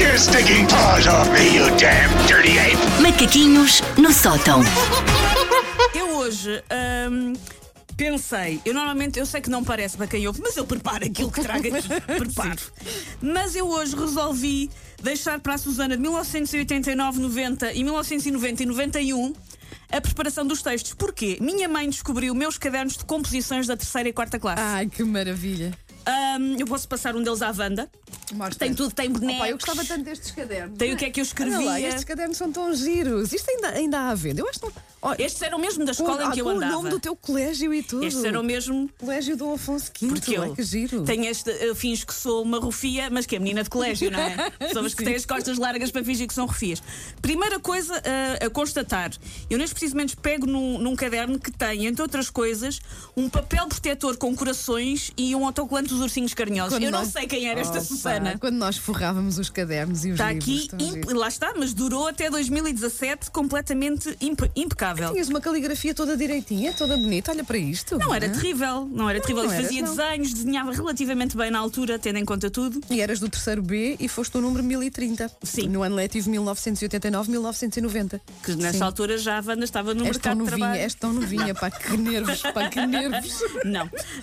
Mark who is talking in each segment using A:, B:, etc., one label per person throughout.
A: your stinking paws off me, you damn dirty ape!
B: Macaquinhos no sótão.
C: Eu hoje ahm, pensei, eu normalmente eu sei que não parece para quem ouve, mas eu preparo aquilo que trago aqui, preparo. Mas eu hoje resolvi deixar para a Susana de 1989, 90 e 1990 e 91 a preparação dos textos. Porquê? Minha mãe descobriu meus cadernos de composições da terceira e quarta classe.
D: Ai, que maravilha.
C: Ahm, eu posso passar um deles à Wanda.
D: Mostra.
C: Tem tudo, tem bonecos.
D: Opa, eu gostava tanto destes cadernos.
C: Tem o que é que eu
D: Olha lá,
C: escrevia.
D: estes cadernos são tão giros. Isto ainda, ainda há à venda. Eu acho que não. Olha,
C: Estes eram mesmo da
D: com,
C: escola em
D: ah,
C: é que eu
D: com
C: andava.
D: o nome do teu colégio e tudo.
C: Estes eram mesmo
D: Colégio do Afonso V.
C: Porque
D: olha
C: eu
D: que giro.
C: tenho este, eu finjo que sou uma rufia, mas que é menina de colégio, não é? Pessoas que têm as costas largas para fingir que são rufias. Primeira coisa ah, a constatar: eu neste preciso menos pego num, num caderno que tem, entre outras coisas, um papel protetor com corações e um autocolante dos ursinhos carinhosos.
D: Quando
C: eu não
D: nós-
C: sei quem era esta
D: Opa,
C: Susana.
D: Quando nós forrávamos os cadernos e os
C: Está
D: livros.
C: Tá aqui,
D: tão
C: imp-
D: giro.
C: lá está, mas durou até 2017 completamente impe- impecável.
D: Tinhas uma caligrafia toda direitinha, toda bonita. Olha para isto.
C: Não era
D: Hã?
C: terrível, não era terrível.
D: não
C: eu
D: era,
C: fazia
D: não.
C: desenhos, desenhava relativamente bem na altura, tendo em conta tudo.
D: E eras do terceiro B e foste o número 1030.
C: Sim.
D: No ano letivo 1989-1990.
C: Que nessa altura já a Wanda estava no
D: És
C: mercado
D: tão
C: de
D: novinha,
C: trabalho.
D: és tão novinha, pá, que nervos, pá, que nervos.
C: Não.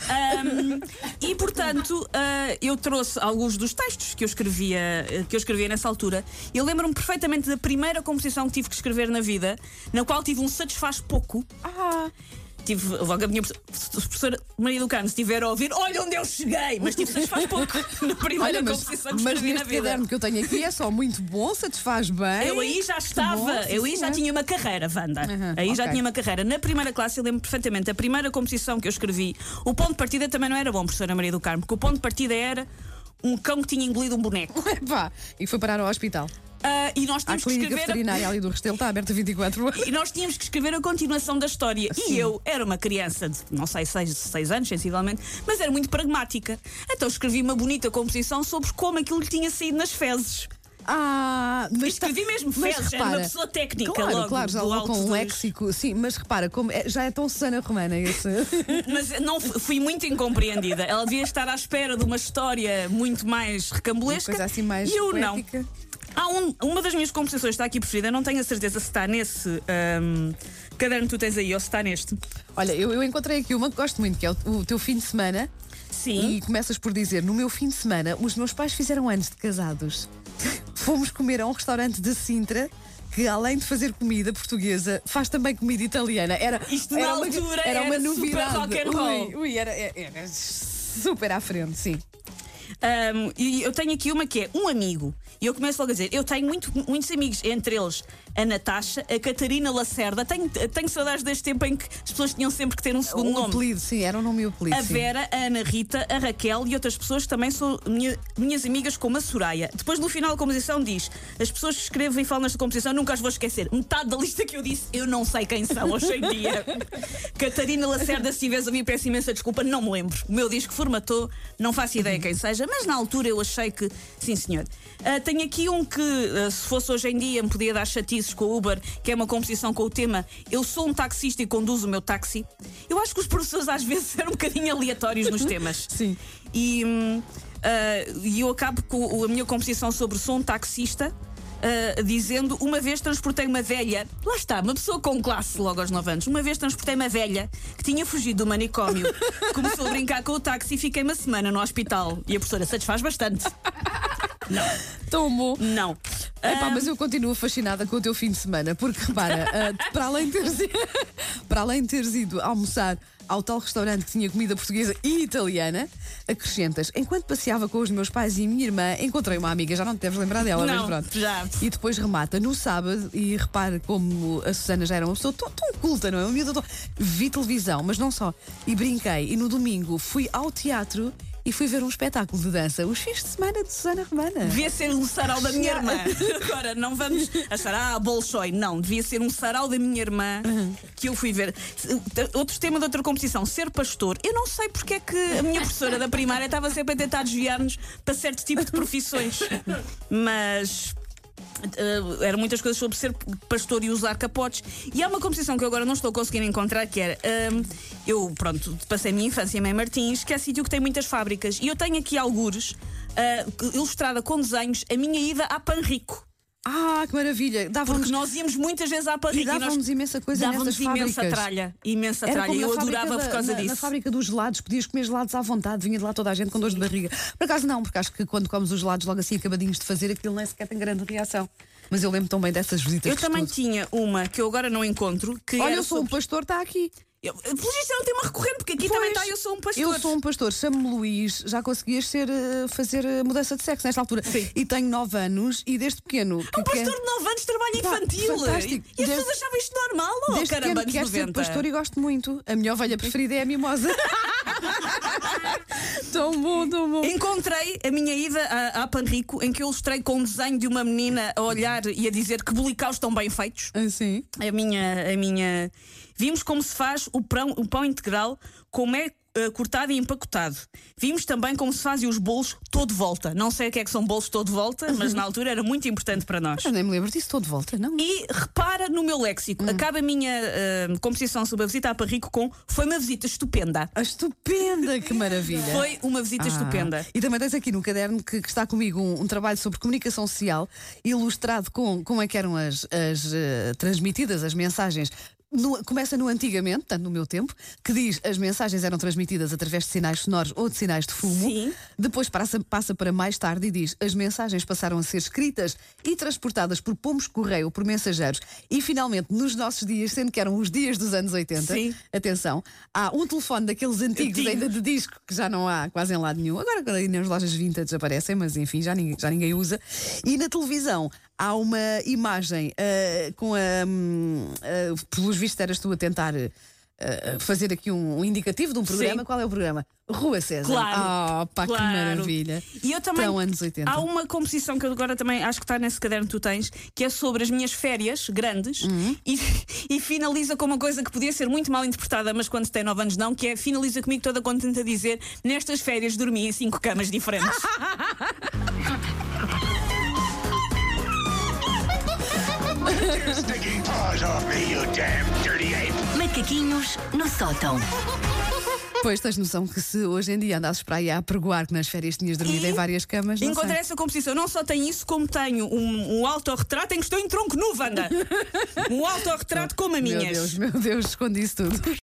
C: Ahm, e portanto, ah, eu trouxe alguns dos textos que eu escrevia, eh, que eu escrevia nessa altura. Eu lembro-me perfeitamente da primeira composição que tive que escrever na vida, na qual tive um satisfaz pouco.
D: Ah.
C: Tive logo a minha profe- professora Maria do Carmo, se estiver a ouvir, olha onde eu cheguei! Mas tive satisfaz pouco na primeira
D: Olha, mas,
C: composição que
D: mas
C: escrevi na
D: neste
C: vida.
D: caderno que eu tenho aqui é só muito bom, satisfaz bem.
C: Eu aí já estava,
D: bom, sim,
C: eu aí já
D: senhor.
C: tinha uma carreira, Wanda.
D: Aham,
C: aí já
D: ok.
C: tinha uma carreira. Na primeira classe, eu lembro perfeitamente, a primeira composição que eu escrevi, o ponto de partida também não era bom, professora Maria do Carmo, porque o ponto de partida era um cão que tinha engolido um boneco.
D: Epá, e foi parar ao hospital.
C: Ah, e nós
D: A
C: tínhamos que
D: clínica
C: escrever. a-
D: veterinária ali do Restelo está aberta 24 horas.
C: E nós tínhamos que escrever a continuação da história. E eu era uma criança de, não sei, 6, anos, sensivelmente, mas era muito pragmática. Então escrevi uma bonita composição sobre como aquilo lhe tinha saído nas fezes.
D: Ah, mas
C: Escrevi mesmo
D: mas
C: fezes, era
D: repara,
C: uma pessoa técnica
D: Claro,
C: logo,
D: claro, já
C: do
D: logo
C: alto
D: com um
C: dos-
D: léxico. Sim, mas repara, como é- já é tão Susana Romana esse.
C: Mas não fu- fui muito incompreendida. Ela devia estar à espera de uma história muito mais recambulesca.
D: Uma coisa assim mais
C: e eu
D: poética.
C: não. Há um- uma das minhas composições está aqui preferida, não tenho a certeza se está nesse ahm, caderno que tu tens aí ou se está neste.
D: Olha, eu, eu encontrei aqui uma que gosto muito, que é o, o teu fim de semana.
C: Sim.
D: E começas por dizer: No meu fim de semana, os meus pais fizeram anos de casados. Fomos comer a um restaurante de Sintra. Que além de fazer comida portuguesa, faz também comida italiana. Era,
C: Isto na
D: era uma-
C: altura
D: era uma
C: era super
D: novidade.
C: rock and roll.
D: Ui, ui, era, é, era super à frente, sim.
C: Ahm, Hum, e eu tenho aqui uma que é um amigo. E eu começo logo a dizer: eu tenho muito- muitos amigos, entre eles a Natasha, a Catarina Lacerda. Tenho, tenho saudades deste tempo em que as pessoas tinham sempre que ter um segundo
D: um
C: nome.
D: apelido, sim, era um nome e um apelido.
C: a
D: sim.
C: Vera, a Ana Rita, a Raquel e outras pessoas que também são minha- minhas amigas, como a Soraya. Depois, no final, a composição diz: as pessoas que escrevem e falam nesta composição nunca as vou esquecer. Metade da lista que eu disse, eu não sei quem são hoje em dia. Catarina Lacerda, se tivesse ouvido, peço imensa desculpa, não me lembro. O meu disco formatou, não faço ideia quem seja, mas na altura eu achei que, sim senhor. Ah, tenho aqui um que, ah, se fosse hoje em dia, me podia dar chatices com o Uber, que é uma composição com o tema Eu sou um taxista e conduzo o meu táxi. Eu acho que os professores às vezes eram um bocadinho aleatórios nos temas.
D: Sim.
C: E hum, ah, e eu acabo com o- a minha composição sobre sou um taxista. ah, dizendo, uma vez transportei uma velha, lá está, uma pessoa com classe logo aos 9 anos, uma vez transportei uma velha que tinha fugido do manicômio, começou a brincar com o táxi e fiquei uma semana no hospital. E a professora satisfaz bastante.
D: Tão bom.
C: Não. Ah,
D: Epá, mas eu continuo fascinada com o teu fim de semana, porque repara, ah, para, além de teres, para além de teres ido almoçar ao tal restaurante que tinha comida portuguesa e italiana, acrescentas, enquanto passeava com os meus pais e minha irmã, encontrei uma amiga, já não te deves lembrar dela,
C: Não,
D: mas pronto.
C: já.
D: E depois remata no sábado e repara como a Susana já era uma pessoa tão, tão culta, não é? Uma miúda tão... Vi televisão, mas não só. E brinquei. E no domingo fui ao teatro e fui ver um espetáculo de dança. Os fins de semana de Susana Romana.
C: Devia ser um sarau da minha irmã. Agora, não vamos achar, ah, Bolshoi. Não, devia ser um sarau da minha irmã que eu fui ver. Outro tema de outra competição, ser pastor. Eu não sei porque é que a minha professora da primária estava sempre a tentar desviar-nos para certo tipo de profissões. Mas. eh, eram muitas coisas sobre ser pastor e usar capotes. E há uma composição que eu agora não estou conseguindo encontrar que era. ehm, eu, pronto, passei a minha infância em Mãe Martins, que é sítio que tem muitas fábricas. E eu tenho aqui algures, ah, que- ilustrada com desenhos, a minha ida a Panrico.
D: Ah, que maravilha! Dávamos,
C: Porque nós íamos muitas vezes à Panrico
D: e dávamos
C: nós
D: imensa coisa
C: dávamos
D: nessas
C: imensa
D: fábricas.
C: tralha. Imensa
D: Era
C: tralha.
D: como
C: Eu
D: na fábrica
C: adorava
D: da-
C: por causa
D: na, Na
C: disso.
D: fábrica dos gelados, podias comer gelados à vontade, vinha de lá toda a gente com dores de barriga. Por acaso não, porque acho que quando comes os gelados logo assim acabadinhos de fazer, aquilo nem sequer tem grande reação. Mas eu lembro tão bem dessas visitas.
C: Eu
D: de
C: também
D: estudo.
C: tinha uma que eu agora não encontro. Que
D: Olha,
C: era
D: eu sou um
C: sobre-
D: pastor, está aqui.
C: Eu- Pelo visto é um tema recorrente, porque aqui também
D: Pois,
C: está Eu Sou um Pastor.
D: Eu sou um pastor, chamo-me Luís, já conseguias ser, eh, fazer eh, mudança de sexo nesta altura.
C: Sim.
D: E tenho 9 anos e desde pequeno.
C: Um
D: que-
C: pastor de 9 anos trabalha
D: Pá,
C: infantil.
D: fantástico.
C: E as pessoas
D: Desde-
C: achavam isto normal? Oh,
D: Desde
C: caramba,
D: pequeno
C: anos
D: quero ser
C: 90.
D: pastor e gosto muito. A minha ovelha preferida é a mimosa. tão bom, tão bom.
C: Encontrei a minha ida a, a Panrico, em que eu ilustrei com um desenho de uma menina a olhar e a dizer que bolicaus estão bem feitos.
D: Assim.
C: A minha, a minha. Vimos como se faz o pão, o pão integral, como é eh, cortado e empacotado. Vimos também como se fazem os bolos todo volta. Não sei o que é que são bolos todo volta, mas na altura era muito importante para nós.
D: Eu nem me lembro disso, estou de volta, não?
C: E repara no meu léxico.
D: Hum.
C: Acaba a minha eh, composição sobre a visita a Parrico com Foi uma visita estupenda.
D: Ah, estupenda, que maravilha.
C: Foi uma visita
D: Ah,
C: estupenda.
D: E também tens aqui no caderno que, que está comigo um, um trabalho sobre comunicação social, ilustrado com como é que eram as, as, eh, transmitidas, as mensagens. No- começa no antigamente, portanto no meu tempo, que diz as mensagens eram transmitidas através de sinais sonoros ou de sinais de fumo.
C: Sim.
D: Depois passa, passa para mais tarde e diz as mensagens passaram a ser escritas e transportadas por pomos de correio ou por mensageiros. E finalmente, nos nossos dias, sendo que eram os dias dos anos 80,
C: Sim.
D: atenção, há um telefone daqueles antigos antigos
C: Antigos.
D: ainda de disco que já não há quase em lado nenhum. Agora quando aí nas lojas vintage aparecem, mas enfim, já ninguém, já ninguém usa. E na televisão há uma imagem ah, com a. hum, ah, pelos vistos eras tu a tentar. ah, fazer aqui um, um indicativo de um programa.
C: Sim.
D: Qual é o programa? Rua César.
C: Claro.
D: Oh, pá, que
C: claro.
D: maravilha.
C: E eu também.
D: Tão anos 80.
C: Há uma composição que eu agora também acho que está nesse caderno que tu tens, que é sobre as minhas férias grandes
D: Hum.
C: e, e finaliza com uma coisa que podia ser muito mal interpretada, mas quando tem 9 anos não, que é finaliza comigo toda contente a dizer: Nestas férias dormi em cinco camas diferentes.
A: Your stinking paws off me, you damn dirty ape!
B: Macaquinhos no sótão.
D: Pois tens noção que se hoje em dia andasses para aí a pergoar que nas férias tinhas dormido
C: E
D: em várias camas. não
C: Encontrei
D: sei.
C: essa composição. Não só tenho isso, como tenho um, um autorretrato em que estou em tronco nu, Wanda. um autorretrato com
D: Meu
C: maminhas.
D: Deus, meu Deus, escondi isso tudo.